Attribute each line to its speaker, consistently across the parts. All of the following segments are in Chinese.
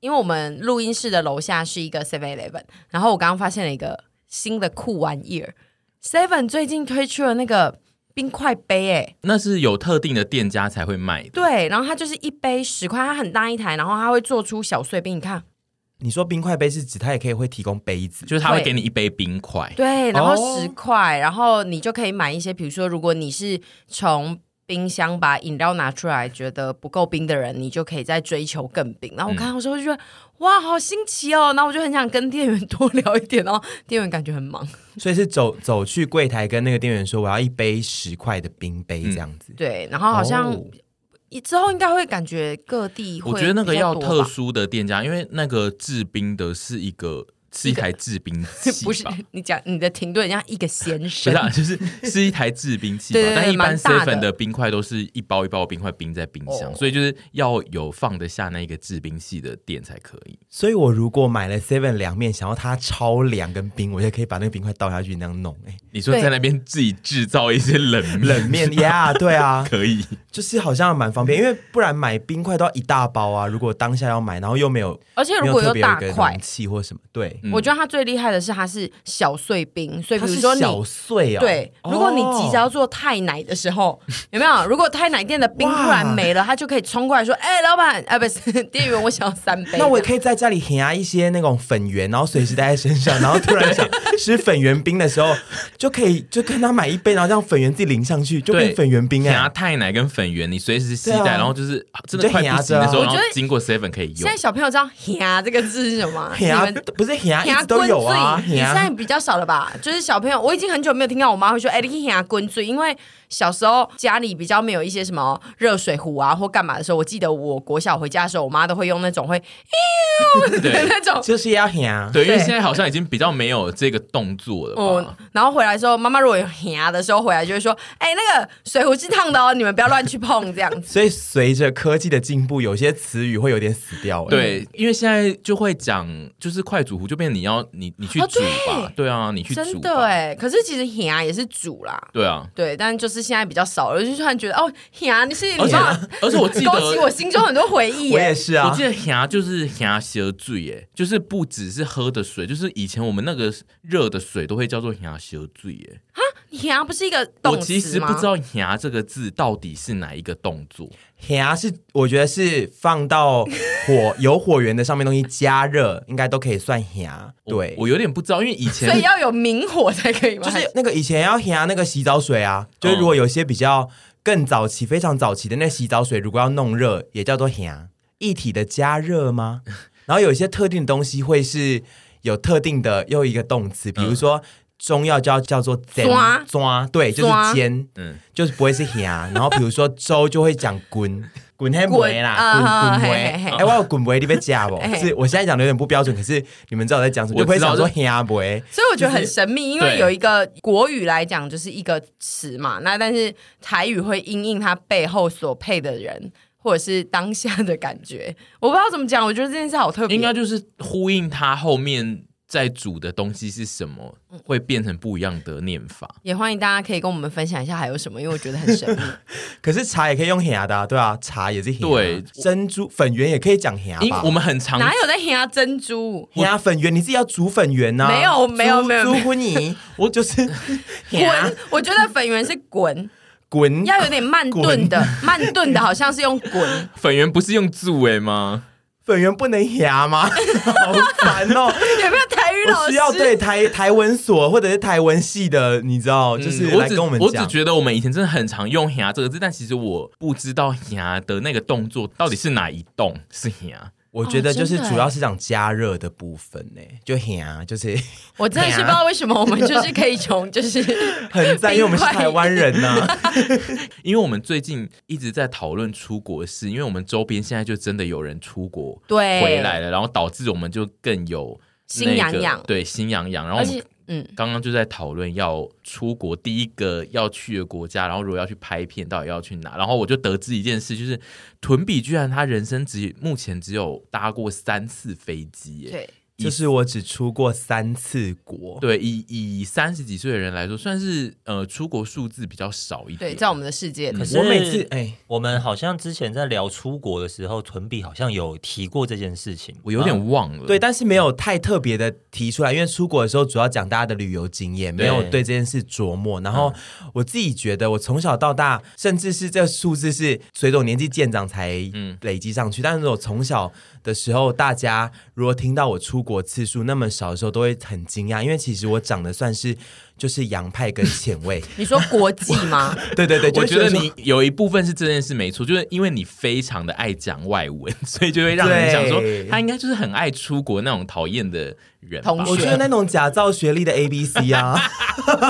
Speaker 1: 因为我们录音室的楼下是一个 Seven Eleven，然后我刚刚发现了一个新的酷玩意儿，Seven 最近推出了那个冰块杯、欸，哎，
Speaker 2: 那是有特定的店家才会卖的。
Speaker 1: 对，然后它就是一杯十块，它很大一台，然后它会做出小碎冰，你看，
Speaker 3: 你说冰块杯是指它也可以会提供杯子，
Speaker 2: 就是他会
Speaker 1: 对
Speaker 2: 给你一杯冰块，
Speaker 1: 对，然后
Speaker 3: 哦
Speaker 1: 十块，然后你就可以买一些，比如说，如果你是从冰箱把饮料拿出来觉得不够冰的人，你就可以再追求更冰。
Speaker 3: 嗯
Speaker 1: 然后我看到时候就觉得、哇，好新奇哦，然后我就很想跟店员多聊一点，然后店员感觉很忙，
Speaker 3: 所以是走走去柜台跟那个店员说我要一杯十块的冰杯这样子。
Speaker 1: 对，然后好像、
Speaker 3: 哦
Speaker 1: 之后应该会感觉各地会
Speaker 2: 我觉得那个
Speaker 1: 比较
Speaker 2: 要
Speaker 1: 多
Speaker 2: 特
Speaker 1: 吧，
Speaker 2: 殊的店家，因为那个制冰的是一个是一台制冰 器
Speaker 1: 不是
Speaker 2: 吧。
Speaker 1: 你讲你的停顿像一个先
Speaker 2: 不
Speaker 1: 生
Speaker 2: 是、，啊，就是是一台制冰器吧
Speaker 1: 对对对
Speaker 2: 但一般
Speaker 1: 蛮大
Speaker 2: seven
Speaker 1: 的
Speaker 2: 的冰块都是一包一包的冰块冰在冰箱，
Speaker 1: 哦
Speaker 2: 所以就是要有放得下那个制冰器的店才可以。
Speaker 3: 所以我如果买了 Seven 凉面，想要它超凉跟冰，我就可以把那个冰块倒下去那样弄、哎，
Speaker 2: 你说
Speaker 1: 对
Speaker 2: 在那边自己制造一 些冷面
Speaker 3: 冷面呀对啊，
Speaker 2: 可以，
Speaker 3: 就是好像蛮方便，因为不然买冰块都要一大包啊。如果当下要买，然后又没有，
Speaker 1: 而且如果
Speaker 3: 没有特
Speaker 1: 有
Speaker 3: 别
Speaker 1: 大
Speaker 3: 一个
Speaker 1: 块
Speaker 3: 容。器或什么，对，
Speaker 2: 嗯
Speaker 1: 我觉得它最厉害的是它是小碎冰，所以比
Speaker 3: 它
Speaker 1: 如
Speaker 3: 是
Speaker 1: 说你
Speaker 3: 小碎哦。
Speaker 1: 对，如果你急着要
Speaker 3: 哦
Speaker 1: 做太奶的时候，有没有？如果太奶店的冰
Speaker 3: 哇
Speaker 1: 突然没了，他就可以冲过来说：“哎、老板，啊，不是 店员，我想要三杯。”
Speaker 3: 那我也可以在家里添加一些那种粉圆，然后随时带在身上，然后 突然想吃粉圆冰的时候，就可以就跟他买一杯，然后让粉圆自己淋上去，就变
Speaker 2: 对
Speaker 3: 粉圆冰哎、
Speaker 2: 拿太奶跟粉圆，你随时携
Speaker 3: 对
Speaker 2: 带，
Speaker 3: 啊
Speaker 2: 然后就是啊真的快不行的时
Speaker 3: 你
Speaker 2: 候，
Speaker 3: 就拿着啊
Speaker 2: 然
Speaker 1: 我
Speaker 2: 后
Speaker 1: 觉得
Speaker 2: 经过 seven 可以
Speaker 1: 现
Speaker 2: 用
Speaker 1: 在。小朋友知道“呀”这个字是什么啊吗？你
Speaker 2: 啊
Speaker 3: 呀
Speaker 1: 们。
Speaker 3: 啊不是呀，一
Speaker 1: 呀
Speaker 3: 直都有啊，
Speaker 1: 你现在
Speaker 3: 呀，
Speaker 1: 比较少了吧？就是小朋友，我已经很久没有听到我妈会说“哎、你呀滚水”，因为小时候家里比较没有一些什么热水壶啊或干嘛的时候，我记得我国小回家的时候，我妈都会用那种会
Speaker 2: 对
Speaker 1: 那种
Speaker 3: 就是要啊呀。
Speaker 2: 对，因为
Speaker 1: 对
Speaker 2: 现在好像已经比较没有这个动作了
Speaker 1: 哦
Speaker 2: 吧？，
Speaker 1: 然后回来之后，妈妈如果有牙的时候回来就会说：“哎、那个水壶是烫的哦，你们不要乱去碰。”这样 子，
Speaker 3: 所以随着科技的进步，有些词语会有点死掉、哎，
Speaker 2: 对，因为现在就会讲，就是快煮壶就变你要你你去
Speaker 1: 哦
Speaker 2: 煮
Speaker 1: 对
Speaker 2: 吧，对啊，你去
Speaker 1: 真
Speaker 2: 煮
Speaker 1: 的
Speaker 2: 吧，
Speaker 1: 哎。可是其实牙也是煮啦，
Speaker 2: 对啊。
Speaker 1: 对，但就是现在比较少了，我就突然觉得哦，牙你是你
Speaker 2: 而且
Speaker 1: 帮
Speaker 2: 而啊且我记 得
Speaker 1: 勾起我心中很多回忆
Speaker 3: 我也
Speaker 1: 耶。
Speaker 3: 是啊。
Speaker 2: 我记得霞就是霞蛇醉，耶，就是不只是喝的水，就是以前我们那个热的水都会叫做霞蛇醉，耶。
Speaker 1: 牙不是一个
Speaker 2: 我
Speaker 1: 动
Speaker 2: 其实
Speaker 1: 词
Speaker 2: 不
Speaker 1: 吗
Speaker 2: 知？道“牙”这个字到底是哪一个动作，
Speaker 3: 呀啊是，我觉得是放到火有火源的上面东西加热，应该都可以算呀。
Speaker 2: 我
Speaker 3: 对，
Speaker 2: 我有点不知道，因为以前
Speaker 1: 所以要有明火才可以吗？
Speaker 3: 就
Speaker 1: 还
Speaker 3: 是那个以前要呀那个洗澡水啊，就是如果有些比较更早期、非常早期的那洗澡水，如果要弄热，也叫做呀一体的加热吗？然后有一些特定的东西会是有特定的又一个动词，比如说。中药叫叫做煎
Speaker 1: 抓
Speaker 3: 抓，对，就
Speaker 1: 抓
Speaker 3: 是煎，
Speaker 2: 嗯
Speaker 3: 就是不会是呀。然后比如说粥就会讲滚滚黑梅
Speaker 1: 滚啊
Speaker 3: 啦，滚滚梅
Speaker 1: 嘿嘿。嘿
Speaker 3: 哎，我有滚梅你被夹不？
Speaker 1: 嘿
Speaker 3: 是我现在讲的有点不标准，可是你们知道我在讲什么，
Speaker 2: 我
Speaker 3: 就不会
Speaker 2: 知道
Speaker 3: 想说
Speaker 2: 就
Speaker 3: 呀梅。
Speaker 1: 所以我觉得很神秘，因为
Speaker 2: 对
Speaker 1: 有一个国语来讲就是一个词嘛，那但是台语会因应它背后所配的人或者是当下的感觉，我不知道怎么讲，我觉得这件事好特别。
Speaker 2: 应该就是呼应它后面在煮的东西是什么，
Speaker 1: 嗯
Speaker 2: 会变成不一样的念法。
Speaker 1: 也欢迎大家可以跟我们分享一下还有什么，因为我觉得很神 秘。
Speaker 3: 可是茶也可以用呀的啊，对啊，茶也是呀。
Speaker 2: 对
Speaker 3: 珍珠粉圆也可以讲啊呀
Speaker 2: 因
Speaker 3: 吧
Speaker 2: 我？们很常
Speaker 1: 哪有在听珍 珠？
Speaker 3: 呀啊粉圆，你自己要煮粉圆呐？
Speaker 1: 没有没有没有
Speaker 3: 猪
Speaker 1: 没有
Speaker 3: 猪婚你，我就是
Speaker 1: 滚
Speaker 3: 呀！
Speaker 1: 我觉得粉圆是滚，
Speaker 3: 滚。
Speaker 1: 要有点慢炖 的，慢炖的好像是用滚。
Speaker 2: 粉圆不是用煮诶吗？
Speaker 1: 嗯
Speaker 3: 粉圆不能呀吗？好烦哦！
Speaker 1: 有没有台语老
Speaker 3: 我
Speaker 1: 师？
Speaker 3: 需要对台台文所或者是台文系的，你知道，就
Speaker 2: 嗯
Speaker 3: 是
Speaker 2: 我
Speaker 3: 来
Speaker 2: 只
Speaker 3: 跟们
Speaker 2: 我只
Speaker 3: 讲。
Speaker 2: 觉得我们以前真的很常用“牙”这个字，但其实我不知道“牙”的那个动作到底是哪一动是“牙
Speaker 3: 我觉得就是
Speaker 1: 哦真的
Speaker 3: 主要是讲加热的部分呢、就呀，就是
Speaker 1: 我真的是不知道为什么我们就是可以从就是。
Speaker 3: 很赞，因为我们是台湾人呐、”，
Speaker 2: 因为我们最近一直在讨论出国事，因为我们周边现在就真的有人出国
Speaker 1: 对
Speaker 2: 回来了，然后导致我们就更有、那
Speaker 1: 哎心
Speaker 2: 个
Speaker 1: 痒痒
Speaker 2: 对心痒痒。然后
Speaker 1: 而
Speaker 2: 我们
Speaker 1: 且嗯，
Speaker 2: 刚刚就在讨论要出国第一个要去的国家，然后如果要去拍片，到底要去哪？然后我就得知一件事，就是屯比居然他人生只目前只有搭过三次飞机耶，
Speaker 1: 对，
Speaker 3: 就是我只出过三次国，
Speaker 2: 对，以以三十几岁的人来说，算是呃出国数字比较少一
Speaker 1: 对，
Speaker 2: 点。
Speaker 1: 在我们的世界里
Speaker 4: 可，是
Speaker 3: 我每次哎，
Speaker 4: 我们好像之前在聊出国的时候，屯比好像有提过这件事情。
Speaker 2: 我有点忘
Speaker 1: 嗯
Speaker 2: 了。
Speaker 3: 对，但是没有太特别的提出来，因为出国的时候主要讲大家的旅游经验，没
Speaker 4: 对
Speaker 3: 有对这件事琢磨。然后
Speaker 2: 嗯
Speaker 3: 我自己觉得，我从小到大，甚至是这数字是随着我年纪渐长才
Speaker 2: 嗯
Speaker 3: 累积上去。但是我从小的时候，大家如果听到我出国次数那么少的时候，都会很惊讶，因为其实我长得算是就是洋派跟前 卫。
Speaker 1: 你说国际吗？
Speaker 3: 对对对，就
Speaker 2: 我
Speaker 3: 会
Speaker 2: 觉得
Speaker 3: 说
Speaker 2: 你有一部分是这件事没错，就是因为你非常的爱讲外文，所以就会让人想说
Speaker 3: 对
Speaker 2: 他应该就是很爱出国那种讨厌的人吧。
Speaker 1: 同
Speaker 3: 我
Speaker 1: 学
Speaker 3: 觉得那种假造学历的 A B C 啊，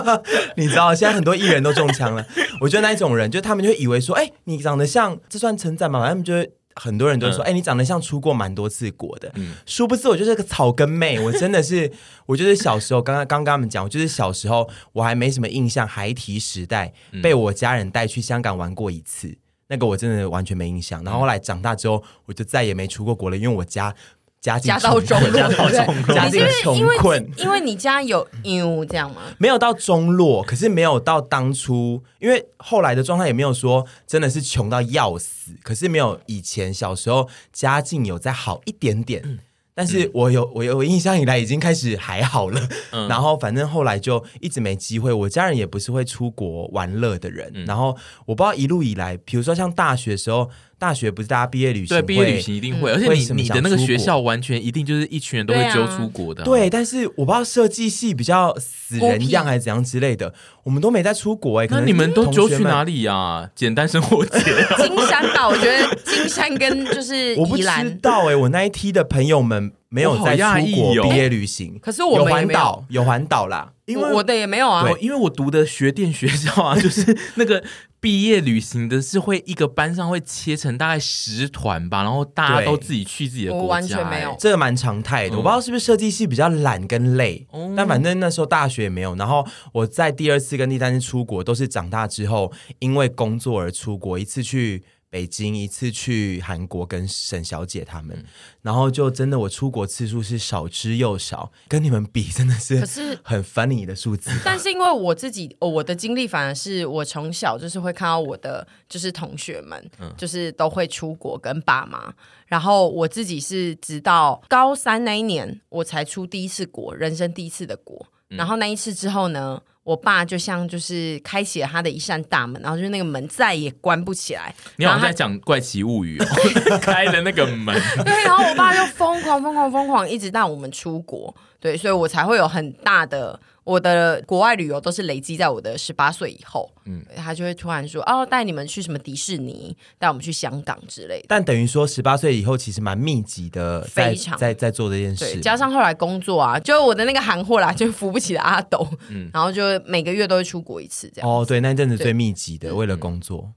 Speaker 3: 你知道现在很多艺人都中枪了。我觉得那一种人，就他们就会以为说，哎、你长得像，这算称赞吗？反正他们就会很多人都会说，哎、你长得像出过蛮多次国的。殊不知我就是个草根妹，我真的是， 我就是小时候刚刚刚跟他们讲，我就是小时候我还没什么印象，孩提时代被我家人带去香港玩过一次。那个我真的完全没印象，然后后来长大之后，我就再也没出过国了，因为我家家境
Speaker 1: 家道
Speaker 3: 穷
Speaker 1: 中落，
Speaker 3: 家道
Speaker 1: 对
Speaker 3: 中
Speaker 1: 不
Speaker 3: 落，
Speaker 1: 对
Speaker 3: 家
Speaker 1: 你
Speaker 3: 境
Speaker 1: 是不是
Speaker 3: 穷
Speaker 1: 因为
Speaker 3: 困。
Speaker 1: 因为你家有 U 这样吗？
Speaker 3: 没有到中落，可是没有到当初，因为后来的状态也没有说真的是穷到要死，可是没有以前小时候家境有再好一点点。
Speaker 2: 嗯
Speaker 3: 但是我有我有我印象以来已经开始还好了，
Speaker 2: 嗯
Speaker 3: 然后反正后来就一直没机会。我家人也不是会出国玩乐的人，
Speaker 2: 嗯
Speaker 3: 然后我不知道一路以来，比如说像大学的时候，大学不是大家毕业旅行
Speaker 2: 对，
Speaker 3: 会
Speaker 2: 毕业旅行一定会，而且
Speaker 3: 为什么
Speaker 2: 你你的
Speaker 3: 想
Speaker 2: 那个
Speaker 3: 出
Speaker 2: 学
Speaker 3: 国
Speaker 2: 校完全一定就是一群人都会
Speaker 1: 嗯对啊
Speaker 2: 揪出国的啊、
Speaker 3: 对，但是我不知道设计系比较死人样还是怎样之类的，我们都没在出国哎、可
Speaker 2: 那
Speaker 3: 能
Speaker 2: 你们都
Speaker 3: 同
Speaker 2: 揪
Speaker 3: 学
Speaker 2: 去哪里呀、简单生活 节
Speaker 1: 金山吧，我觉得金山跟就是
Speaker 3: 我不
Speaker 1: 呃宜
Speaker 3: 知
Speaker 1: 兰，
Speaker 3: 道哎、我那一梯的朋友们没有
Speaker 2: 我好
Speaker 3: 在
Speaker 2: 讶
Speaker 3: 出
Speaker 2: 异
Speaker 3: 国
Speaker 2: 哦
Speaker 3: 毕业旅行，
Speaker 1: 可是我
Speaker 3: 有
Speaker 1: 们也
Speaker 3: 环
Speaker 1: 没有
Speaker 3: 岛，有环岛啦，因为
Speaker 1: 我我的也没有啊
Speaker 2: 哦。因为我读的学电学校 啊，就是那个毕业旅行的是会一个班上会切成大概十团吧，然后大家
Speaker 3: 对
Speaker 2: 都自己去自己的国家、
Speaker 1: 我完全没有
Speaker 2: 哎
Speaker 3: 这个蛮常态
Speaker 2: 嗯
Speaker 3: 的，我不知道是不是设计系比较懒跟累，
Speaker 2: 哦
Speaker 3: 但反正那时候大学也没有。然后我在第二次跟第三次出国都是长大之后，因为工作而出国，一次去北京，一次去韩国跟沈小姐他
Speaker 1: 嗯
Speaker 3: 们，然后就真的我出国次数是少之又少，跟你们比真的
Speaker 1: 可
Speaker 3: 是
Speaker 1: 是，
Speaker 3: 很 funny 的数字。
Speaker 1: 但是因为我自己，哦、我的经历反而是我从小就是会看到我的就是同学们，就是都会出国跟爸妈，然后我自己是直到高三那一年我才出第一次国，人生第一次的国，然后那一次之后呢。我爸就像就是开启了他的一扇大门，然后就是那个门再也关不起来。
Speaker 2: 你
Speaker 1: 然
Speaker 2: 好像
Speaker 1: 后他
Speaker 2: 在讲《怪奇物语》 哦，开了那个门，
Speaker 1: 对，然后我爸就疯狂、疯狂、疯狂，一直带我们出国。对，所以我才会有很大的我的国外旅游都是累积在我的十八岁以后。嗯，他就会突然说：“哦，带你们去什么迪士尼，带我们去香港之类的。
Speaker 3: 但等于说，十八岁以后其实蛮密集的在
Speaker 1: 非常
Speaker 3: 在在做这件”
Speaker 1: 对，
Speaker 3: 事。
Speaker 1: 加上后来工作啊，就我的那个韩货啦，就扶不起的阿斗， 然后就每个月都会出国一次这样。
Speaker 3: 哦，对，那阵子
Speaker 1: 对
Speaker 3: 最密集
Speaker 2: 嗯
Speaker 3: 的，为了工作。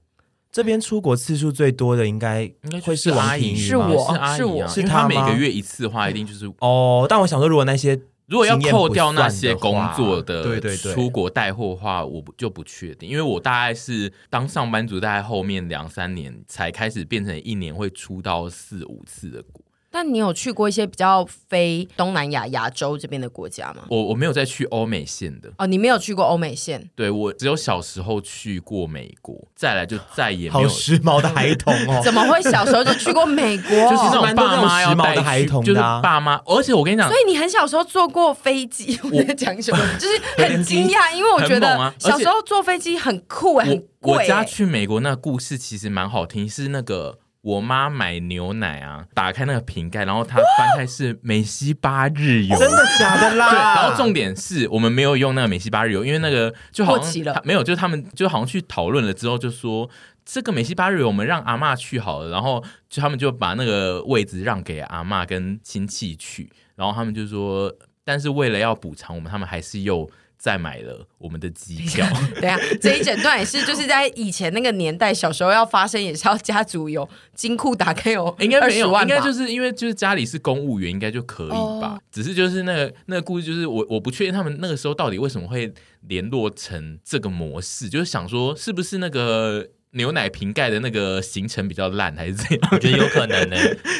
Speaker 3: 这边出国次数最多 的应该
Speaker 2: 该就
Speaker 3: 会
Speaker 2: 是
Speaker 3: 王
Speaker 2: 阿
Speaker 3: 庭
Speaker 2: 姨
Speaker 3: 宇
Speaker 1: 是
Speaker 3: 吗
Speaker 1: 我
Speaker 2: 阿
Speaker 1: 是
Speaker 2: 姨
Speaker 1: 我
Speaker 2: 啊，
Speaker 3: 是
Speaker 2: 因为
Speaker 3: 她
Speaker 2: 她每
Speaker 3: 吗
Speaker 2: 个月一次的话，一定就是
Speaker 3: 哦，但我想说，如果那些
Speaker 2: 如果要扣掉那
Speaker 3: 经
Speaker 2: 些
Speaker 3: 验不
Speaker 2: 工
Speaker 3: 算的话
Speaker 2: 作的
Speaker 3: 对对对
Speaker 2: 出国带货的话，我不就不确定，因为我大概是当上班族，大概后面两三年才开始变成一年会出到四五次的国。
Speaker 1: 但你有去过一些比较非东南亚、亚洲这边的国家吗？
Speaker 2: 我我没有再去欧美线的，
Speaker 1: 哦，你没有去过欧美线，
Speaker 2: 对我只有小时候去过美国，再来就再也没
Speaker 3: 好
Speaker 2: 有。
Speaker 3: 时髦的孩童 哦，
Speaker 1: 怎么会小时候就去过美国？
Speaker 2: 就是那
Speaker 3: 啊蛮
Speaker 2: 种
Speaker 3: 多
Speaker 2: 爸妈
Speaker 3: 那
Speaker 2: 要
Speaker 3: 种时
Speaker 2: 带
Speaker 3: 髦的
Speaker 2: 去
Speaker 3: 孩童
Speaker 2: 就是
Speaker 3: 的啊
Speaker 2: 爸妈。而且我跟你讲
Speaker 1: 所，以你很小时候坐过飞机，我在讲 什么？就是很惊讶，因为我觉
Speaker 2: 很猛
Speaker 1: 得
Speaker 2: 啊而且
Speaker 1: 小时候坐飞机很酷哎、很
Speaker 2: 我我
Speaker 1: 贵、
Speaker 2: 家
Speaker 1: 欸。
Speaker 2: 去美国那个故事其实蛮好听，是那个我妈买牛奶啊，打开那个瓶盖，然后她翻开是美西巴日
Speaker 1: 哦
Speaker 2: 油。
Speaker 3: 真的假的
Speaker 1: 啊
Speaker 3: 啦？
Speaker 2: 对，然后重点是我们没有用那个美西巴日油，因为那个就好
Speaker 1: 过
Speaker 2: 像
Speaker 1: 期了
Speaker 2: 他没有，就是他们就好像去讨论了之后就说。这个美西巴日油我们让阿嬷去好了，然后就他们就把那个位置让给阿嬷跟亲戚去，然后他们就说，但是为了要补偿我们，他们还是又再买了我们的机 票。
Speaker 1: 等一下，啊这一整段也是，就是在以前那个年代，小时候要发生也是要家族有金库打开有
Speaker 2: 应该没有
Speaker 1: 20，万
Speaker 2: 应
Speaker 1: 吧
Speaker 2: 该就是因为就是家里是公务员，应该就可以
Speaker 3: 哦
Speaker 2: 吧。只是就是那个那个故事，就是我我不确定他们那个时候到底为什么会联络成这个模式，就是想说是不是那个。牛奶瓶盖的那个行程比较烂，还是 怎样？
Speaker 4: 我觉得有 可能呢、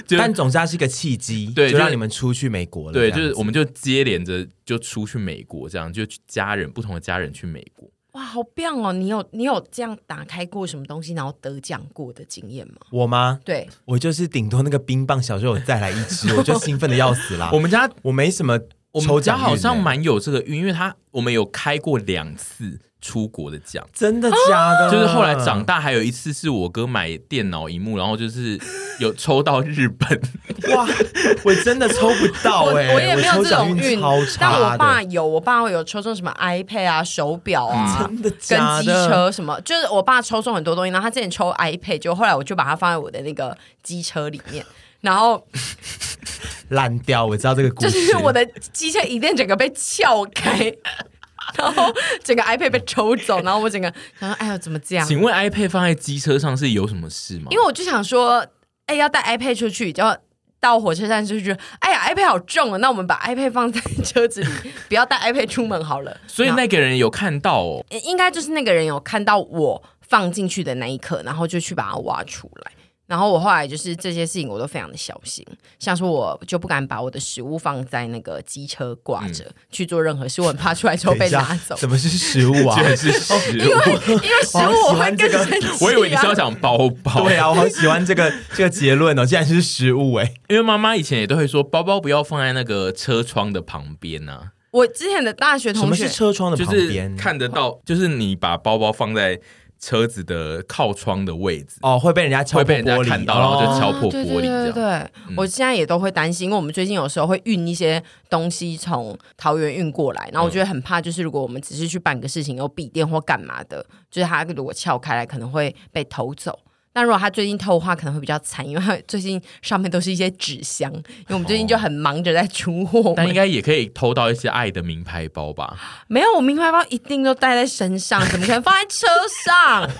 Speaker 2: 就
Speaker 3: 但总之它是一个契机，
Speaker 2: 对
Speaker 3: 就
Speaker 2: 就是
Speaker 3: 让你们出去美国了。
Speaker 2: 对，
Speaker 3: 这
Speaker 2: 就
Speaker 3: 样
Speaker 2: 是
Speaker 3: 子
Speaker 2: 我们就接连着就出去美国，这样就去家人不同的家人去美国。
Speaker 1: 哇，好棒哦！你有你有这样打开过什么东西，然后得奖过的经验吗？
Speaker 3: 我吗？
Speaker 1: 对，
Speaker 3: 我就是顶多那个冰棒，小时候我再来一 支，我就兴奋的要死啦。
Speaker 2: 我们家
Speaker 3: 我没什么
Speaker 2: 我
Speaker 3: 抽
Speaker 2: 们
Speaker 3: 奖
Speaker 2: 家
Speaker 3: 运欸，
Speaker 2: 好像蛮有这个运，因为他我们有开过两次出国的奖。
Speaker 3: 真的假的，
Speaker 2: 就是后来
Speaker 3: 嗯
Speaker 2: 长大，还有一次是我哥买电脑荧幕，然后就是有抽到日本，
Speaker 3: 哇， 我真的抽不到
Speaker 1: 我
Speaker 2: 欸
Speaker 3: 哎，
Speaker 1: 我也没有
Speaker 3: 抽
Speaker 1: 这
Speaker 3: 奖
Speaker 1: 种
Speaker 3: 运
Speaker 1: 运
Speaker 3: 超，
Speaker 1: 但
Speaker 3: 差
Speaker 1: 我爸
Speaker 3: 的，
Speaker 1: 有，我爸有抽中什么 iPad 啊、手表 啊。
Speaker 3: 真的
Speaker 1: 跟
Speaker 3: 假
Speaker 1: 机
Speaker 3: 的？
Speaker 1: 车什么，就是我爸抽中很多东西，然后他之前抽 iPad，就后来我就把它放在我的那个机车里面，然后
Speaker 3: 烂掉，我知道这个故
Speaker 1: 就
Speaker 3: 事。
Speaker 1: 是我的机车椅垫整个被撬开，然后整个 iPad 被抽走，然后我整个想说，哎呦，怎么 这样？
Speaker 2: 请问 iPad 放在机车上是有什么事吗？
Speaker 1: 因为我就想说，哎、要带 iPad 出去，然后到火车站就觉得，哎呀，iPad 好重啊，那我们把 iPad 放在车子里，不要带 iPad 出门好了。
Speaker 2: 所以那个人有看到哦，
Speaker 1: 那应该就是那个人有看到我放进去的那一刻，然后就去把它挖出来。然后我后来就是这些事情我都非常的小心，像说我就不敢把我的食物放在那个机车挂着、去做任何事，我很怕出来之后
Speaker 3: 等
Speaker 1: 被
Speaker 3: 一下
Speaker 1: 拿走。
Speaker 3: 怎么是食 物啊
Speaker 2: 居？然是
Speaker 1: 因
Speaker 2: 食
Speaker 1: 为
Speaker 2: 物。
Speaker 1: 因为食物我会更生气、啊
Speaker 2: 我以为你是要讲包包，
Speaker 3: 对啊，我好喜欢这个这个结论哦，竟然是食物哎，
Speaker 2: 因为妈妈以前也都会说，包包不要放在那个车窗的旁边呐、
Speaker 1: 我之前的大学
Speaker 3: 什
Speaker 1: 同
Speaker 3: 么
Speaker 1: 学
Speaker 3: 是车窗的
Speaker 2: 就
Speaker 3: 旁
Speaker 2: 是
Speaker 3: 边？
Speaker 2: 看得到，就是你把包包放在车子的靠窗的位置。
Speaker 3: 哦，会被人家敲
Speaker 2: 会
Speaker 3: 破
Speaker 2: 被人家
Speaker 3: 玻璃，
Speaker 2: 看到然后就
Speaker 3: 哦
Speaker 2: 敲破
Speaker 1: 啊对
Speaker 2: 玻璃这
Speaker 1: 对对
Speaker 2: 样嗯
Speaker 1: 对对我现在也都会担心，因为我们最近有时候会运一些东西从桃园运过来，然
Speaker 2: 嗯
Speaker 1: 后我觉得很怕，就是如果我们只是去办个事情，有笔电或干嘛的，就是它如果撬开来，可能会被偷走。但如果他最近偷的话，可能会比较惨，因为它最近上面都是一些纸箱，因为我们最近就很忙着在出货嘛。
Speaker 2: 哦但应该也可以偷到一些爱的名牌包吧？
Speaker 1: 没有，我名牌包一定都带在身上，怎么可能放在车上？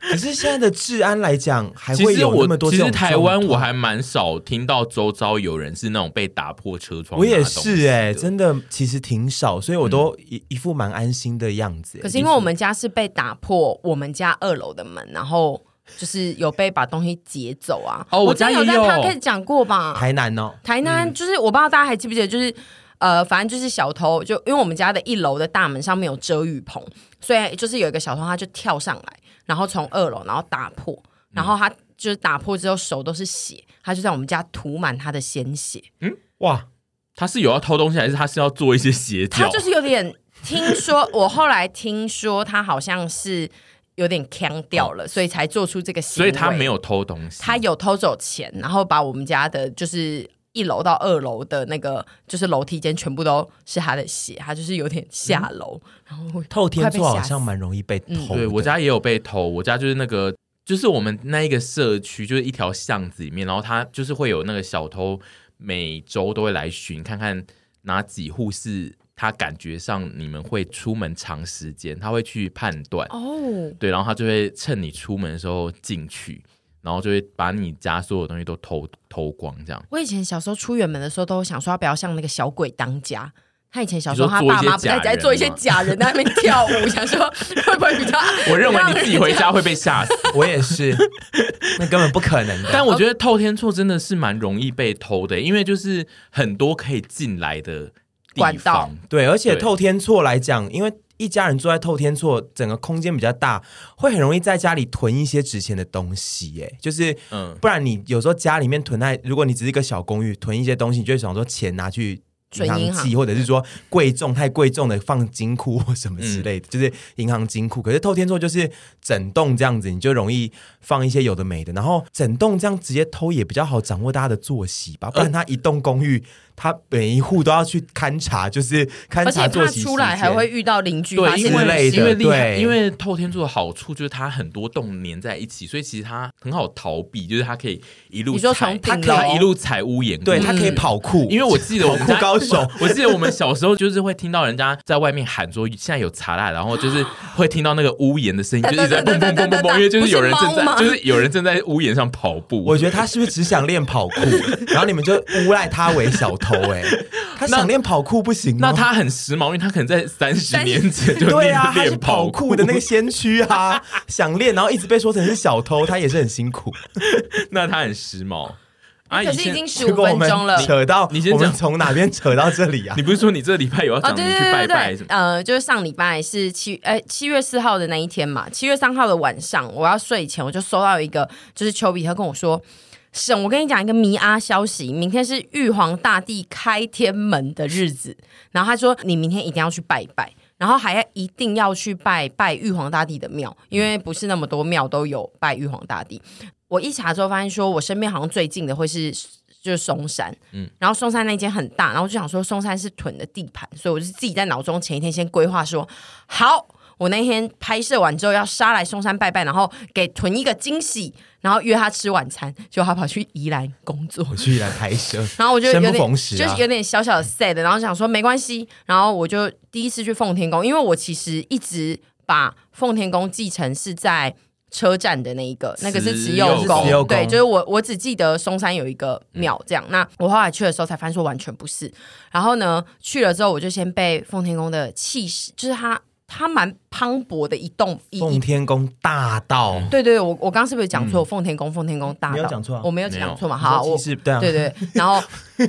Speaker 3: 可是现在的治安来讲，还
Speaker 2: 其
Speaker 3: 会
Speaker 2: 实
Speaker 3: 有
Speaker 2: 我
Speaker 3: 那么多
Speaker 2: 其
Speaker 3: 这
Speaker 2: 实
Speaker 3: 种
Speaker 2: 台湾
Speaker 3: 状
Speaker 2: 我
Speaker 3: 况
Speaker 2: 还蛮少听到周遭有人是那种被打破车啊窗拿东
Speaker 3: 我
Speaker 2: 西的。嗯
Speaker 3: 也是哎、
Speaker 2: 哎，
Speaker 3: 真的其实挺少，所以我都一、一副蛮安心的样子、
Speaker 1: 可
Speaker 3: 欸。
Speaker 1: 是因为我们家是被打破我们家二楼的门，然后就是有被把东西劫走啊。
Speaker 2: 哦
Speaker 1: 我
Speaker 2: 我家
Speaker 1: 之前有在
Speaker 2: 也有嗯
Speaker 1: p o d 讲过吧？
Speaker 3: 台南哦，
Speaker 1: 台南就是我不知道大家还记不记得，就是呃，反正就是小偷，就因为我们家的一楼的大门上面有遮雨棚，所以就是有一个小偷他就跳上来，然后从二楼然后打破，然
Speaker 2: 嗯
Speaker 1: 后他就是打破之后手都是血，他就在我们家涂满他的鲜血。
Speaker 3: 哇，
Speaker 2: 他是有要偷东西，还是他是要做一些邪教？
Speaker 1: 他就是有点听说，我后来听说他好像是有点腔掉了，所以才做出这个行
Speaker 2: 哦所
Speaker 1: 为。
Speaker 2: 以他没，有偷东西，
Speaker 1: 他有偷走钱，然后把我们家的就是一楼到二楼的那个就是楼梯间全部都是他的血，他就是有点下楼，然后我
Speaker 3: 透天
Speaker 1: 快被
Speaker 3: 厝好
Speaker 1: 吓嗯
Speaker 3: 像蛮容易被偷的、
Speaker 2: 对我家也有被偷，我家就是那个，就是我们那一个社区，就是一条巷子里面，然后他就是会有那个小偷，每周都会来巡，看看哪几户是他感觉上你们会出门长时间，他会去判断，
Speaker 1: 哦，
Speaker 2: 对，然后他就会趁你出门的时候进去，然后就会把你家所有东西都偷偷光，这样。
Speaker 1: 我以前小时候出远门的时候都想说，不要像那个小鬼当家。他以前小时候，
Speaker 2: 你说
Speaker 1: 他
Speaker 2: 做一
Speaker 1: 爸妈
Speaker 2: 些
Speaker 1: 不在
Speaker 2: 假
Speaker 1: 家
Speaker 2: 人
Speaker 1: 做一些
Speaker 2: 吗
Speaker 1: 假人在那边跳 舞，想说会不会比较？
Speaker 2: 我认为你自己回家会被吓死，
Speaker 3: 我也是，那根本不可能的。
Speaker 2: 但我觉得透天厝真的是蛮容易被偷的，因为就是很多可以进来的地
Speaker 1: 管道
Speaker 2: 方
Speaker 3: 对，而且
Speaker 2: 对
Speaker 3: 透天厝来讲，因为一家人住在透天厝，整个空间比较大，会很容易在家里囤一些值钱的东西、欸，就是
Speaker 2: 嗯，
Speaker 3: 不然你有时候家里面囤在，如果你只是一个小公寓，囤一些东西，你就会想说钱拿去。
Speaker 1: 存银行
Speaker 3: 寄，或者是说贵重太贵重的放金库或什么
Speaker 2: 嗯
Speaker 3: 之类的，就是银行金库。可是透天厝就是整栋这样子，你就容易放一些有的没的，然后整栋这样直接偷也比较好掌握大家的作息
Speaker 2: 呃
Speaker 3: 吧。不然他一栋公寓，他每一户都要去勘察，就是 勘
Speaker 1: 而且
Speaker 3: 察作
Speaker 1: 怕
Speaker 3: 息时
Speaker 1: 出来还
Speaker 3: 间
Speaker 1: 会遇到邻居，发
Speaker 2: 对，
Speaker 1: 现
Speaker 2: 因
Speaker 1: 你
Speaker 3: 之类
Speaker 2: 为
Speaker 3: 的
Speaker 2: 因为厉害，
Speaker 3: 对
Speaker 2: 因为透天厝的好处就是它很多栋连在一起，所以其实它很好逃避，就是它可以一路
Speaker 1: 你说
Speaker 2: 踩
Speaker 1: 从
Speaker 2: 它
Speaker 1: 顶
Speaker 2: 可以
Speaker 1: 楼
Speaker 2: 一路踩屋檐，
Speaker 3: 对
Speaker 2: 嗯
Speaker 3: 他可以跑酷，
Speaker 2: 因为我记得我们家
Speaker 3: 跑酷高手，
Speaker 2: 我记得我们小时候就是会听到人家在外面喊说现在有查啦，然后就是会听到那个屋檐的声音，就是一直在
Speaker 1: 对
Speaker 2: 蹦
Speaker 1: 对
Speaker 2: 蹦
Speaker 1: 对
Speaker 2: 蹦
Speaker 1: 对对
Speaker 2: 蹦蹦，因为就是有人
Speaker 1: 不是
Speaker 2: 正在
Speaker 1: 猫吗
Speaker 2: 就是有人正在屋檐上跑步。
Speaker 3: 我觉得他是不是只想练跑酷，然后你们就诬赖他为小偷、欸？哎，他想练跑酷不行吗？
Speaker 2: 那他很时髦，因为他可能在三十年前就
Speaker 3: 对
Speaker 2: 练
Speaker 3: 啊，他是
Speaker 2: 练
Speaker 3: 跑
Speaker 2: 酷
Speaker 3: 酷的那个，先驱 啊，想练，然后一直被说成是小偷，他也是很辛苦。
Speaker 2: 那他很时髦。啊阿姨
Speaker 1: 可是已
Speaker 2: 现
Speaker 1: 经十
Speaker 3: 结
Speaker 1: 五
Speaker 3: 果我
Speaker 1: 分
Speaker 3: 们
Speaker 1: 钟了。
Speaker 3: 扯到
Speaker 2: 你先
Speaker 3: 我们
Speaker 2: 讲
Speaker 3: 从哪边扯到这里啊
Speaker 2: 你？不是说你这礼拜有要
Speaker 1: 哦，
Speaker 2: 讲你
Speaker 1: 对
Speaker 2: 去
Speaker 1: 对
Speaker 2: 拜
Speaker 1: 对
Speaker 2: 拜
Speaker 1: 对
Speaker 2: 什
Speaker 1: 对
Speaker 2: 么，？
Speaker 1: 呃，就是上礼拜是七呃七月四号的那一天嘛，七月三号的晚上，我要睡前我就收到一个，就是丘比特跟我说，沈，我跟你讲一个迷啊消息，明天是玉皇大帝开天门的日子，然后他说你明天一定要去拜一拜。然后还要一定要去拜拜玉皇大帝的庙，因为不是那么多庙都有拜玉皇大帝。我一查之后发现，说我身边好像最近的会是就是松山，嗯，然后松山那间很大，然后我就想说松山是屯的地盘，所以我就自己在脑中前一天先规划说，好，我那天拍摄完之后要杀来松山拜拜，然后给屯一个惊喜，然后约他吃晚餐，结果他跑去宜兰工作。
Speaker 3: 我去来拍摄，
Speaker 1: 然后我就有
Speaker 3: 生
Speaker 1: 点
Speaker 3: 不逢时啊
Speaker 1: 就是有点小小的 sad，然后想说没关系，然后我就第一次去奉天宫，因为我其实一直把奉天宫继承是在车站的那一个，那个是
Speaker 2: 慈
Speaker 1: 慈幼
Speaker 2: 幼
Speaker 1: 宫，
Speaker 3: 宫慈嗯幼宫
Speaker 1: 对，就是我我只记得松山有一个庙这样，那我后来去的时候才发现说完全不是，然后呢去了之后我就先被奉天宫的气势，就是它它蛮磅礴的一栋一
Speaker 3: 奉
Speaker 1: 一。
Speaker 3: 天宫大道。
Speaker 1: 对对，我我刚刚是不是讲错？奉天宫，奉天宫大道，
Speaker 3: 没有讲错啊
Speaker 1: 我没有
Speaker 2: 没有
Speaker 1: 讲错嘛。好，我
Speaker 3: 你说气势对啊
Speaker 1: 对对，然后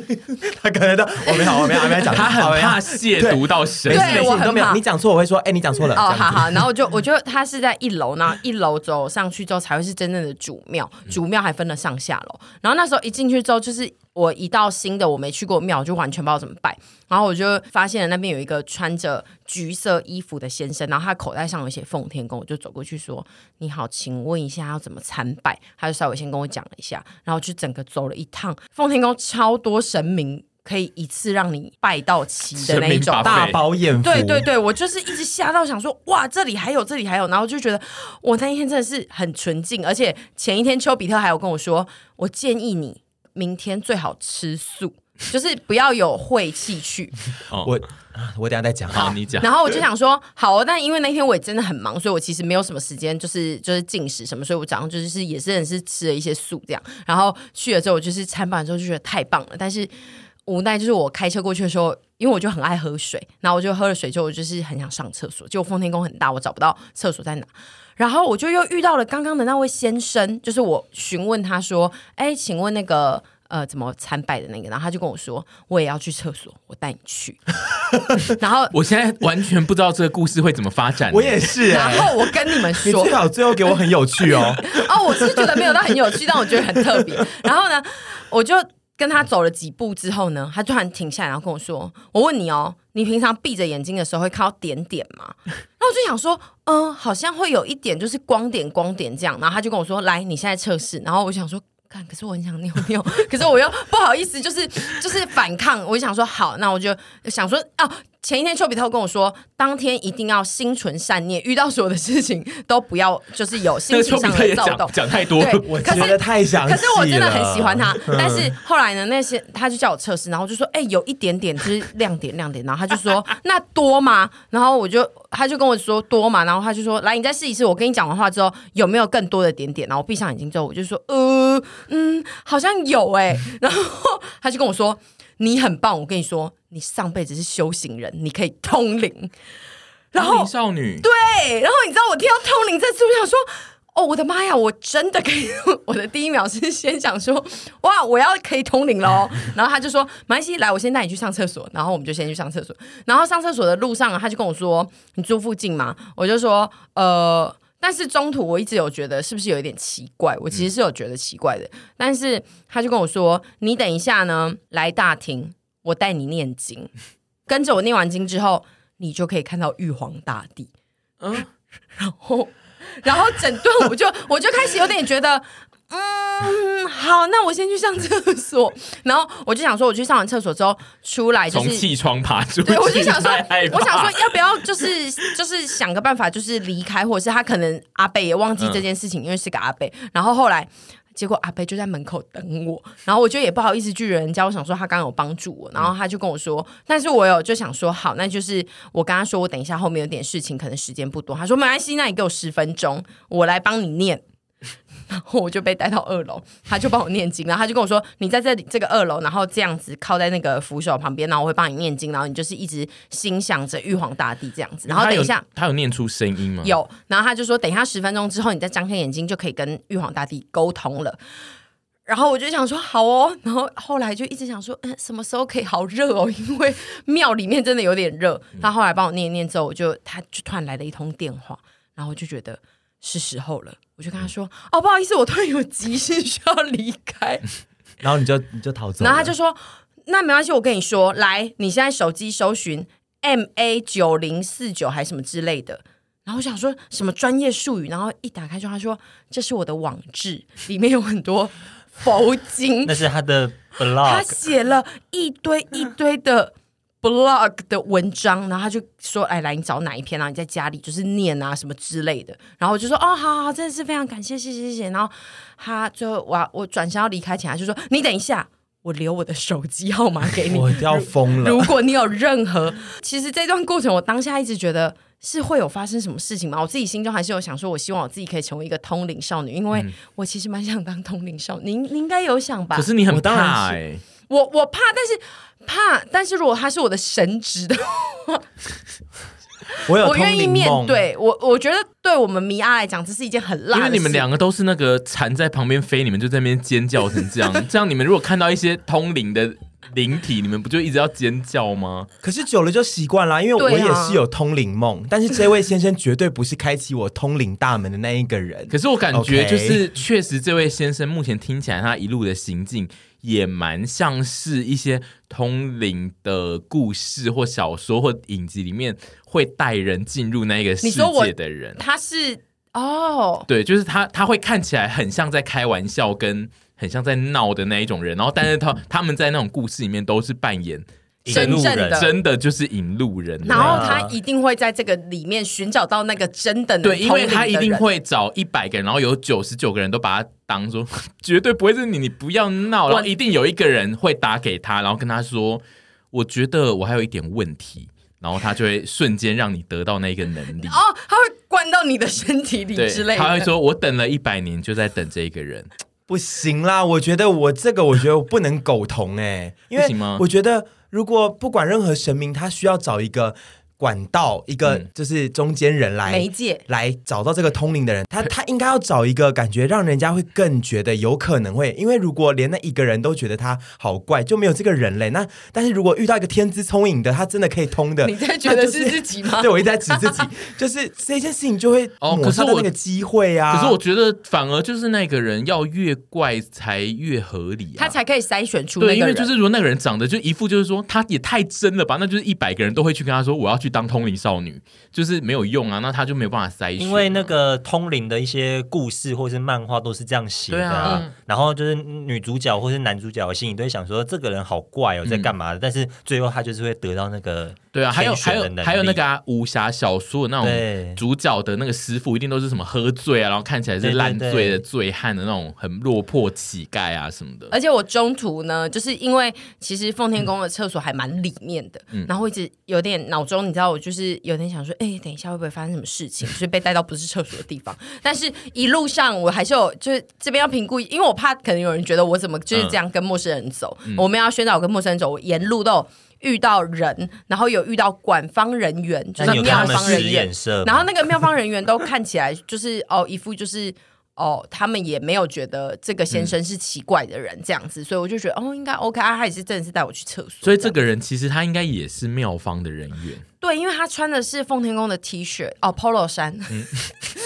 Speaker 3: 他感觉到我没好，我没好，我没 讲，
Speaker 2: 他很
Speaker 3: 好
Speaker 2: 怕亵渎到神
Speaker 3: 没
Speaker 1: 对
Speaker 3: 事没
Speaker 1: 我
Speaker 3: 事，
Speaker 1: 很
Speaker 3: 你都没有，
Speaker 1: 怕
Speaker 3: 你讲错我会说，哎，你讲错了。
Speaker 1: 哦，
Speaker 3: 这
Speaker 1: 好
Speaker 3: 样子
Speaker 1: 好，然后我就我就它是在一楼，然后一楼走上去之后才会是真正的主庙，主庙还分了上下楼。然后那时候一进去之后，就是我一到新的我没去过庙，我就完全不知道怎么拜。然后我就发现了那边有一个穿着橘色衣服的先生，然后他口袋上有写奉天宫，我就走过去说：“你好，请问一下要怎么参拜？”他就稍微先跟我讲了一下，然后就整个走了一趟奉天宫，超多神明。可以一次让你拜到齐的那一
Speaker 2: 神明
Speaker 1: 种，
Speaker 2: buffet
Speaker 3: 大饱眼福，
Speaker 1: 对对对，我就是一直吓到想说，哇，这里还有，这里还有，然后就觉得我那一天真的是很纯净，而且前一天丘比特还有跟我说，我建议你明天最好吃素，就是不要有晦气去。
Speaker 3: 我啊我等一下再讲。
Speaker 2: 好，你讲。
Speaker 1: 然后我就想说，好哦，但因为那天我也真的很忙，所以我其实没有什么时间，就是就是进食什么，所以我早上就是也是很是吃了一些素这样。然后去了之后，我就是参拜之后就觉得太棒了，但是无奈就是我开车过去的时候，因为我就很爱喝水，然后我就喝了水之后，我就是很想上厕所，结果奉天宫很大，我找不到厕所在哪。然后我就又遇到了刚刚的那位先生，就是我询问他说：“哎，请问那个呃怎么参拜的那个？”然后他就跟我说：“我也要去厕所，我带你去。” 然后
Speaker 2: 我现在完全不知道这个故事会怎么发展。
Speaker 3: 我也是，
Speaker 1: 然
Speaker 3: 哎
Speaker 1: 后我跟你们
Speaker 3: 你
Speaker 1: 说
Speaker 3: 最，好最后给我很有 趣哦。
Speaker 1: 哦，我是觉得没有到很有趣，但我觉得很特别。然后呢，我就跟他走了几步之后呢，他突然停下来，然后跟我说：“我问你哦，你平常闭着眼睛的时候会看到点点 吗？”然后我就想说：“嗯、好像会有一点，就是光点光点这样。”然后他就跟我说：“来，你现在测试。”然后我想说。看，可是我很想尿尿， 可是我又不好意思，就是就是反抗。我就想说，好，那我就想说，哦，前一天丘比特跟我说，当天一定要心存善念，遇到所有的事情都不要就是有
Speaker 2: 那
Speaker 1: 心
Speaker 2: 个
Speaker 1: 情
Speaker 2: 丘比
Speaker 1: 上
Speaker 2: 特
Speaker 1: 的
Speaker 2: 也
Speaker 1: 躁
Speaker 2: 讲
Speaker 1: 动。
Speaker 2: 讲太多了，
Speaker 1: 对
Speaker 3: 我
Speaker 1: 可
Speaker 3: 觉
Speaker 1: 是
Speaker 3: 得太详细了。嗯
Speaker 1: 可是我真的很喜欢他，但是后来呢，那些他就叫我测试，然后我就说，哎、有一点点就是亮点亮点，然后他就说 那多吗？然后我就他就跟我说多嘛，然后他就说来，你再试一试，我跟你讲完话之后有没有更多的点点？然后我闭上眼睛之后，我就说呃嗯，好像有哎、 然后他就跟我说你很棒，我跟你说你上辈子是修行人，你可以通灵，然后
Speaker 2: 林少女，
Speaker 1: 对，然后你知道我听到通灵这次，我想说。哦，我的妈呀！我真的可以，我的第一秒是先想说，哇，我要可以通灵了哦。然后他就说，马来西来，我先带你去上厕所。然后我们就先去上厕所。然后上厕所的路上啊，他就跟我说，你住附近吗？我就说，呃，但是中途我一直有觉得是不是有一点奇怪，我其实是有觉得奇怪的。但是他就跟我说，你等一下呢，来大厅，我带你念经，跟着我念完经之后，你就可以看到玉皇大帝。
Speaker 2: 嗯，
Speaker 1: 后，然后整顿我就 我就开始有点觉得。嗯，好，那我先去上厕所。然后我就想说，我去上完厕所之后出来就
Speaker 2: 从
Speaker 1: 是，
Speaker 2: 气窗爬出去，
Speaker 1: 对我就想说
Speaker 2: 太害，怕
Speaker 1: 我想说要不要就是 就是想个办法，就是离开，或者是他可能阿贝也忘记
Speaker 2: 嗯
Speaker 1: 这件事情，因为是个阿贝。然后后来结果阿贝就在门口等我，然后我就也不好意思拒绝人家，我想说他刚刚有帮助我，然
Speaker 2: 嗯
Speaker 1: 后他就跟我说，但是我有就想说好，那就是我跟他说我等一下后面有点事情，可能时间不多，他说没关系，那你给我十分钟，我来帮你念。然后我就被带到二楼，他就帮我念经，然后他就跟我说：“你在这里这个二楼，然后这样子靠在那个扶手旁边，然后我会帮你念经，然后你就是一直心想着玉皇大帝这样子。”然后
Speaker 2: 他
Speaker 1: 等
Speaker 2: 有
Speaker 1: 一下，
Speaker 2: 他有念出声音吗？，
Speaker 1: 有，然后他就说，等一下十分钟之后，你再张开眼睛就可以跟玉皇大帝沟通了。然后我就想说好哦，然后后来就一直想说，嗯，什么时候可以好热哦？因为庙里面真的有点热。他后来帮我念一念之后，我就他就突然来了一通电话，然后我就觉得是时候了，我就跟他说，哦，不好意思，我突然有急事需要离开。
Speaker 3: 然后你就你就逃走了，
Speaker 1: 然后他就说：“那没关系，我跟你说，来，你现在手机搜寻 M A 九零四九还是什么之类的。”然后我想说什么专业术语，然后一打开就他说：“这是我的网志，里面有很多佛 经
Speaker 4: 那。是他的”
Speaker 2: 啊
Speaker 1: 他
Speaker 4: blog，
Speaker 1: 写了一堆一堆 的 blog 的文章，然后他就说：“哎，来，你找哪一篇啊？然后你在家里就是念啊什么之类的。”然后我就说：“哦，好好，好真的是非常感谢，谢谢谢谢。”然后他最后我要我转身要离开前，他就说：“你等一下。”我留我的手机号码给你，
Speaker 3: 我一定要疯
Speaker 1: 如
Speaker 3: 了。
Speaker 1: 果你有任何，其实这段过程，我当下一直觉得是会有发生什么事情吗？我自己心中还是有想说，我希望我自己可以成为一个通灵少女，因为我其实蛮想当通灵少女。您您应该有想吧？
Speaker 2: 嗯可是你很
Speaker 3: 我当然
Speaker 2: 怕
Speaker 3: 是
Speaker 2: 哎，
Speaker 1: 我我怕，但是怕，但是如果他是我的神职的话，
Speaker 3: 我 有
Speaker 1: 我
Speaker 3: 通
Speaker 1: 愿意
Speaker 3: 灵
Speaker 1: 面
Speaker 3: 梦，
Speaker 1: 对我。我觉得对我们迷阿来讲，这是一件很辣
Speaker 2: 因
Speaker 1: 的
Speaker 2: 为
Speaker 1: 事。
Speaker 2: 你们两个都是那个蝉在旁边飞，你们就在那边尖叫成 这样，这样你们如果看到一些通灵的灵体，你们不就一直要尖叫吗？
Speaker 3: 可是久了就习惯啦，因为我
Speaker 1: 对啊
Speaker 3: 也是有通灵梦，但是这位先生绝对不是开启我通灵大门的那一个人。
Speaker 2: 可是我感觉
Speaker 3: OK
Speaker 2: 就是，确实这位先生目前听起来他一路的行径也蛮像是一些通灵的故事或小说或影集里面会带人进入那个世
Speaker 1: 你说我
Speaker 2: 界的人。
Speaker 1: 他是哦，
Speaker 2: 对，就是他，他会看起来很像在开玩笑，跟很像在闹的那一种人，然后但是他
Speaker 1: 嗯
Speaker 2: 他们在那种故事里面都是扮演
Speaker 1: 真
Speaker 4: 引路
Speaker 1: 正
Speaker 4: 人
Speaker 1: 的
Speaker 2: 真的就是啊引路人，
Speaker 1: 然后他一定会在这个里面寻找到那个真的能
Speaker 2: 对，因为
Speaker 1: 通灵
Speaker 2: 他
Speaker 1: 的
Speaker 2: 一定
Speaker 1: 人
Speaker 2: 会找一百个人，然后有九十九个人都把他当做绝对不会是你，你不要闹，然后一定有一个人会打给他，然后跟他说，我觉得我还有一点问题，然后他就会瞬间让你得到那个能力。
Speaker 1: 哦，他会灌到你的身体里
Speaker 2: 对
Speaker 1: 之类，的。
Speaker 2: 他会说：“我等了一百年，就在等这一个人。
Speaker 3: 不行啦，我觉得我这个我觉得我不能苟同哎、因为
Speaker 2: 不行吗
Speaker 3: 我觉得如果不管任何神明，他需要找一个管道，一个
Speaker 2: 嗯
Speaker 3: 就是中间人来、
Speaker 1: 媒介。
Speaker 3: 来找到这个通灵的人，他他应该要找一个感觉让人家会更觉得有可能会，因为如果连那一个人都觉得他好怪，就没有这个人类。那但是如果遇到一个天资聪颖的，他真的可以通的
Speaker 1: 你，在觉得是自己 吗？
Speaker 2: 啊
Speaker 3: 对我一直在指自己， 就是这件事情就会
Speaker 2: 哦
Speaker 3: 抹
Speaker 2: 可是
Speaker 3: 杀掉
Speaker 2: 我
Speaker 3: 那个机会啊。
Speaker 2: 可是我觉得，反而就是那个人要越怪才越合理、啊，
Speaker 1: 他才可以筛选出
Speaker 2: 对，
Speaker 1: 那
Speaker 2: 因
Speaker 1: 个
Speaker 2: 为
Speaker 1: 人。
Speaker 2: 就是如果那个人长得就一副就是说他也太真了吧，那就是一百个人都会去跟他说我要去当通灵少女，就是没有用啊，那他就没有办法筛选啊。
Speaker 4: 因为那个通灵的一些故事或是漫画都是这样写的、
Speaker 2: 对啊嗯
Speaker 4: 然后就是女主角或是男主角心里都会想说这个人好怪哦，在干嘛的？但是最后他就是会得到那个
Speaker 2: 嗯对啊，还有
Speaker 4: 天
Speaker 2: 还
Speaker 4: 选的
Speaker 2: 有
Speaker 4: 能力
Speaker 2: 还有那个、啊、武侠小说的那种
Speaker 4: 对
Speaker 2: 主角的那个师傅，一定都是什么喝醉啊，然后看起来是烂
Speaker 4: 对对
Speaker 2: 醉的
Speaker 4: 对
Speaker 2: 醉汉的那种很落魄乞丐啊什么的。
Speaker 4: 哎
Speaker 1: 而且我中途呢，就是因为其实奉天宫的厕所还蛮里面的，
Speaker 4: 嗯
Speaker 1: 然后一直有点脑中，你知道，我就是有点想说，哎、等一下会不会发生什么事情，所以被带到不是厕所的地 方。但是一路上我还是有，就是这边要评估，因为我怕可能有人觉得我怎么就是这样跟陌生人走，
Speaker 4: 嗯
Speaker 1: 我们要宣导跟陌生人走，我沿路都有遇到人，然后有遇到管方人员，就
Speaker 4: 那你
Speaker 1: 是
Speaker 4: 有
Speaker 1: 庙
Speaker 4: 看他们
Speaker 1: 方
Speaker 4: 使
Speaker 1: 人员
Speaker 4: 眼，色吗，
Speaker 1: 然后那个妙方人员都看起来就是哦， 一副就是哦，他们也没有觉得这个先生是奇怪的人这样子，所以我就觉得哦，应该 OK 啊，他也是真的是带我去厕所样。
Speaker 2: 嗯所以这个人其实他应该也是妙方的人员，
Speaker 1: 对，因为他穿的是奉天宫的 T 恤哦，Polo 衫，
Speaker 2: 嗯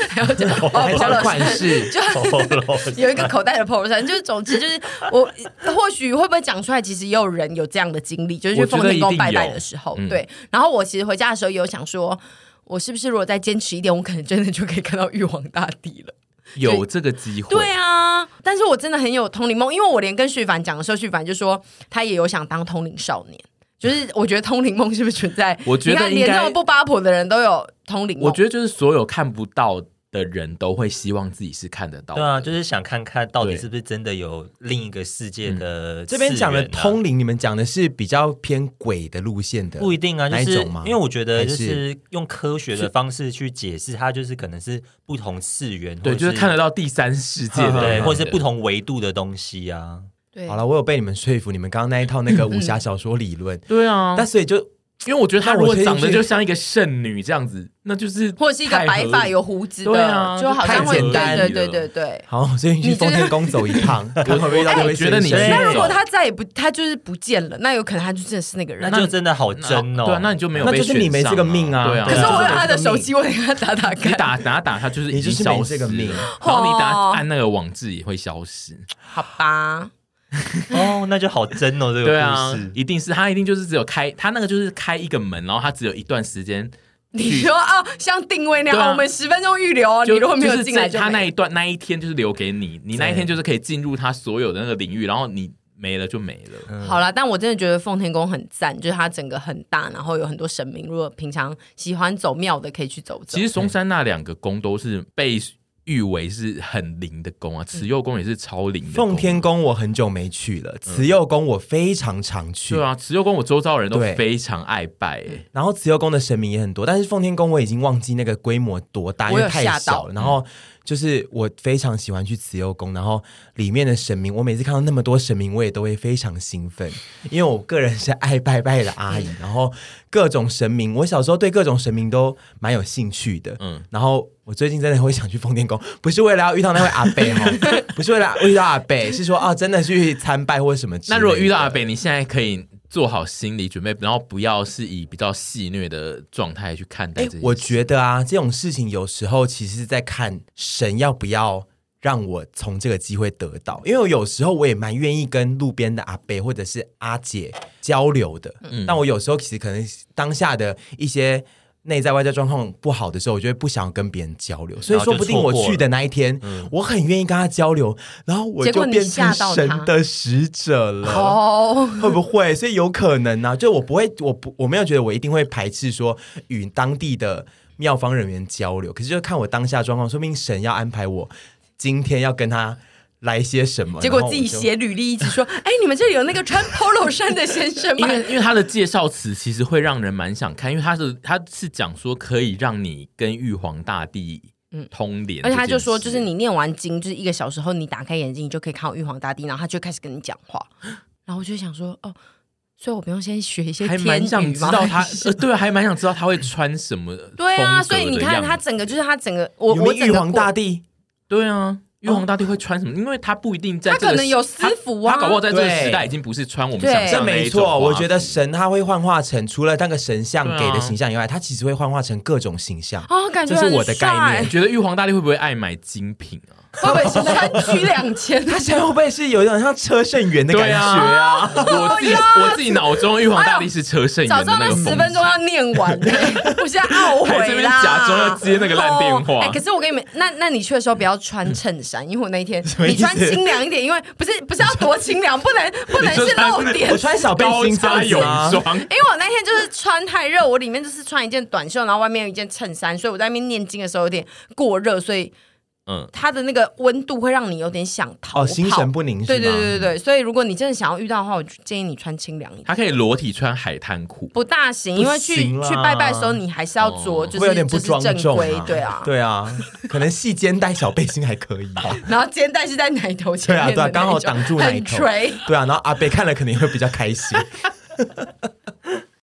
Speaker 1: 还有这个 哦
Speaker 4: 哎
Speaker 3: 还想
Speaker 1: Polo
Speaker 3: 款
Speaker 1: 衫。
Speaker 3: 式，
Speaker 1: 就
Speaker 2: 哦
Speaker 1: 有一个口袋的 polo 衫，就是总之就是我或许会不会讲出来，其实也有人有这样的经历，就是去
Speaker 2: 我觉得
Speaker 1: 奉天
Speaker 2: 一
Speaker 1: 宫
Speaker 2: 定
Speaker 1: 拜拜
Speaker 2: 有
Speaker 1: 的时候，
Speaker 2: 嗯
Speaker 1: 对。然后我其实回家的时候也有想说，我是不是如果再坚持一点，我可能真的就可以看到玉皇大帝了。
Speaker 2: 有这个机会。
Speaker 1: 对啊，但是我真的很有通灵梦，因为我连跟旭凡讲的时候，旭凡就说他也有想当通灵少年。就是我觉得通灵梦是不是存在？
Speaker 2: 我觉得
Speaker 1: 你看
Speaker 2: 应该
Speaker 1: 连这么不八婆的人都有通灵梦，
Speaker 2: 我觉得就是所有看不到的人都会希望自己是看得到的。
Speaker 4: 对啊，就是想看看到底
Speaker 2: 对嗯
Speaker 4: 是不是真的有另一个世界的、啊
Speaker 3: 这边讲的通。灵，你们讲的是比较偏鬼的路线的，
Speaker 4: 不一定啊，就
Speaker 3: 哪一
Speaker 4: 是
Speaker 3: 种吗
Speaker 4: 因为我觉得
Speaker 3: 还
Speaker 4: 就是是用科学的方式去解释，它就是可能是不同次元，
Speaker 2: 对，
Speaker 4: 或
Speaker 2: 就是是看得到第三世界 的，
Speaker 4: 对，
Speaker 3: 嗯
Speaker 4: 或者是不。同维度的东西啊。
Speaker 1: 对，
Speaker 3: 好了，我有被你们说服，你们刚刚那一套那个武
Speaker 2: 嗯
Speaker 3: 侠小说理论，
Speaker 2: 对啊，
Speaker 3: 但所以就
Speaker 2: 因为我觉得她
Speaker 3: 那
Speaker 2: 如
Speaker 3: 我
Speaker 2: 果
Speaker 3: 推
Speaker 2: 长得
Speaker 3: 荐
Speaker 2: 就像一个剩女这样子，那就是
Speaker 1: 或者是一个
Speaker 2: 太合
Speaker 1: 白发
Speaker 2: 理
Speaker 1: 有胡子
Speaker 2: 对
Speaker 1: 的，
Speaker 2: 啊
Speaker 1: 就好像
Speaker 3: 太
Speaker 1: 会
Speaker 3: 简单
Speaker 1: 对
Speaker 2: 了
Speaker 1: 对对对对。
Speaker 3: 好，所以你去丰天宫走一趟，看 会不会遇到这位
Speaker 2: 我觉得
Speaker 3: 先
Speaker 2: 你
Speaker 3: 生
Speaker 2: 去
Speaker 1: 那如
Speaker 2: 走
Speaker 1: 果他再也不，他就是不见了，那有可能他就真的是那个人
Speaker 4: 那。就真的好
Speaker 2: 那
Speaker 4: 真哦。
Speaker 2: 对啊，那你就没有
Speaker 3: 那
Speaker 2: 被
Speaker 3: 就是
Speaker 2: 选
Speaker 3: 你没
Speaker 2: 上
Speaker 3: 这个命啊
Speaker 2: 对啊。
Speaker 1: 可是
Speaker 4: 对啊
Speaker 1: 我有他的手机，我给他打打
Speaker 2: 你
Speaker 1: 看。
Speaker 2: 打打打，它就是
Speaker 3: 你
Speaker 2: 已
Speaker 3: 就
Speaker 2: 经
Speaker 3: 是
Speaker 2: 消
Speaker 3: 没
Speaker 2: 失
Speaker 3: 这个
Speaker 2: 了，
Speaker 3: 命
Speaker 2: 然后你打
Speaker 1: 哦
Speaker 2: 按那个网址也会消失。
Speaker 1: 好吧，
Speaker 4: 哦，那就好真哦，这个
Speaker 2: 对啊
Speaker 4: 故事，。
Speaker 2: 一定是他一定就是只有开他那个就是开一个门，然后他只有一段时间
Speaker 1: 你说哦，像定位那样，
Speaker 2: 对啊
Speaker 1: 哦我们十分钟预留哦，
Speaker 2: 就
Speaker 1: 你如果没
Speaker 2: 就
Speaker 1: 有
Speaker 2: 是
Speaker 1: 进来
Speaker 2: 这
Speaker 1: 就
Speaker 2: 他那
Speaker 1: 没
Speaker 2: 一段那一天就是留给你，你那一天就是可以进入他所有的那个领域，然后你没了就没了。
Speaker 4: 嗯
Speaker 1: 好啦，但我真的觉得奉天宫很赞，就是它整个很大，然后有很多神明。如果平常喜欢走庙的，可以去走走。
Speaker 2: 其实松山那两个宫都是被誉为是很灵的宫啊，
Speaker 1: 嗯
Speaker 2: 慈幼宫也是超灵的宫
Speaker 3: 奉天宫我很久没去了，慈幼宫我非常常去。
Speaker 2: 嗯对啊，慈幼宫我周遭的人都
Speaker 3: 对
Speaker 2: 非常爱拜、
Speaker 1: 嗯
Speaker 2: 欸，
Speaker 3: 然后慈幼宫的神明也很多，但是奉天宫我已经忘记那个规模多大，因
Speaker 1: 我有
Speaker 3: 为太
Speaker 1: 吓
Speaker 3: 小
Speaker 1: 到
Speaker 3: 了。然后就是我非常喜欢去慈幼宫，然后里面的神明，我每次看到那么多神明，我也都会非常兴奋，因为我个人是爱拜拜的阿姨。然后各种神明，我小时候对各种神明都蛮有兴趣的。
Speaker 2: 嗯
Speaker 3: 嗯，然后我最近真的会想去奉天宫，不是为了要遇到那位阿伯哦， 不是为了遇到阿伯，是说啊，真的去参拜或什么之类
Speaker 2: 那
Speaker 3: 的。
Speaker 2: 如果遇到阿北，你现在可以做好心理准备，然后不要是以比较戏谑的状态去看待
Speaker 3: 哎
Speaker 2: 这件事。
Speaker 3: 我觉得啊，这种事情有时候其实是在看神要不要让我从这个机会得到，因为我有时候我也蛮愿意跟路边的阿伯或者是阿姐交流的，
Speaker 4: 嗯
Speaker 3: 但我有时候其实可能当下的一些。内在外在状况不好的时候，我就会不想跟别人交流，所以
Speaker 4: 然后
Speaker 3: 说
Speaker 4: 就
Speaker 3: 不定我
Speaker 4: 错过
Speaker 3: 去
Speaker 4: 了嗯
Speaker 3: 的那一天，我很愿意跟他交流，然后我
Speaker 1: 结
Speaker 3: 就
Speaker 1: 果你
Speaker 3: 变成
Speaker 1: 吓到
Speaker 3: 神
Speaker 1: 他
Speaker 3: 的使者了。
Speaker 1: 哦，
Speaker 3: 会不会？所以有可能啊，就我不会，我不我没有觉得我一定会排斥说与当地的妙方人员交流，可是就看我当下状况，说明神要安排我今天要跟他来一些什么，
Speaker 1: 结果
Speaker 3: 然后
Speaker 1: 自己
Speaker 3: 我就
Speaker 1: 写履历，一直说，哎，你们这里有那个穿 polo 衫的先生
Speaker 2: 因
Speaker 1: 吗？
Speaker 2: 为因为他的介绍词其实会让人蛮想看，因为他是他是讲说可以让你跟玉皇大帝通联这件事，
Speaker 1: 嗯而且他就说，就是你念完经，就是一个小时后，你打开眼睛，你就可以看到玉皇大帝，然后他就开始跟你讲 话，然后我就想说，哦，所以我不用先学一些
Speaker 2: 还
Speaker 1: 天
Speaker 2: 蛮想
Speaker 1: 语
Speaker 2: 知
Speaker 1: 吗？
Speaker 2: 道他，呃对啊，还蛮想知道他会穿什么风格的
Speaker 1: 对
Speaker 2: 样子。
Speaker 1: 啊，所以你看他整个就是他整个我我
Speaker 3: 有没有
Speaker 1: 整
Speaker 3: 玉
Speaker 1: 个
Speaker 3: 皇
Speaker 1: 过
Speaker 3: 大帝
Speaker 2: 对啊，玉皇大帝会穿什么？因为他不一定在
Speaker 1: 哦他
Speaker 2: 这个
Speaker 1: 可能有
Speaker 2: 时
Speaker 1: 私服啊
Speaker 2: 他他搞不好在这个
Speaker 3: 对
Speaker 2: 时代已经不是穿我们
Speaker 1: 对
Speaker 2: 想
Speaker 3: 这
Speaker 2: 象的那
Speaker 3: 没
Speaker 2: 一种
Speaker 3: 错，我
Speaker 2: 花
Speaker 3: 觉得神他会幻化成除了那个神像
Speaker 2: 对啊
Speaker 3: 给的形象以外，他其实会幻化成各种形象。
Speaker 1: 哦，感觉
Speaker 3: 这是
Speaker 1: 很
Speaker 3: 我的概
Speaker 1: 帅
Speaker 2: 你
Speaker 3: 念
Speaker 2: 觉得玉皇大帝会不会爱买精品啊？
Speaker 1: 会不会是三居两千？
Speaker 3: 他现在会不会是有一种像车胜元的感
Speaker 2: 对
Speaker 3: 觉啊？
Speaker 2: 啊，我自己我自己脑中玉皇大帝是车胜元
Speaker 1: 哦早
Speaker 2: 的
Speaker 1: 知道
Speaker 2: 那
Speaker 1: 那
Speaker 2: 个
Speaker 1: 十
Speaker 2: 风
Speaker 1: 分钟要念 完、我现在懊
Speaker 2: 还在那
Speaker 1: 悔
Speaker 2: 边
Speaker 1: 啦！
Speaker 2: 假装要接那个烂电话
Speaker 1: 哦哎、可是我跟你们，那那你去的时候不要穿衬衫，因为我那一 天
Speaker 3: 么意
Speaker 1: 你
Speaker 3: 思
Speaker 1: 穿清凉一点，因为不是不是要多清凉，不能不能是露点
Speaker 3: 我。穿小背
Speaker 2: 高
Speaker 3: 心这
Speaker 2: 叉
Speaker 3: 样
Speaker 2: 泳
Speaker 3: 子吗？
Speaker 2: 装。
Speaker 1: 因为我那天就是穿太热，我里面就是穿一件短袖，然后外面有一件衬衫，所以我在那边念经的时候有点过热，所以
Speaker 2: 嗯，
Speaker 1: 它的那个温度会让你有点想逃跑。
Speaker 3: 哦，心神不宁是吗？
Speaker 1: 对对对对对，所以如果你真的想要遇到的话，我就建议你穿清凉一点。
Speaker 2: 他可以裸体穿海滩裤，
Speaker 1: 不大行，因为去
Speaker 3: 不行啦
Speaker 1: 去拜拜的时候，你还是要着，
Speaker 2: 哦
Speaker 1: 就是
Speaker 3: 会有点不
Speaker 1: 就是
Speaker 3: 庄
Speaker 1: 正
Speaker 3: 重、
Speaker 1: 规，对啊。
Speaker 3: 对啊，可能细肩带小背心还可以。
Speaker 1: 然后肩带是在奶头前
Speaker 3: 对啊，
Speaker 1: 面的那
Speaker 3: 对啊，
Speaker 1: 种
Speaker 3: 刚好挡住奶
Speaker 1: 很
Speaker 3: 头。
Speaker 1: 垂。
Speaker 3: 对啊，然后阿北看了肯定会比较开心。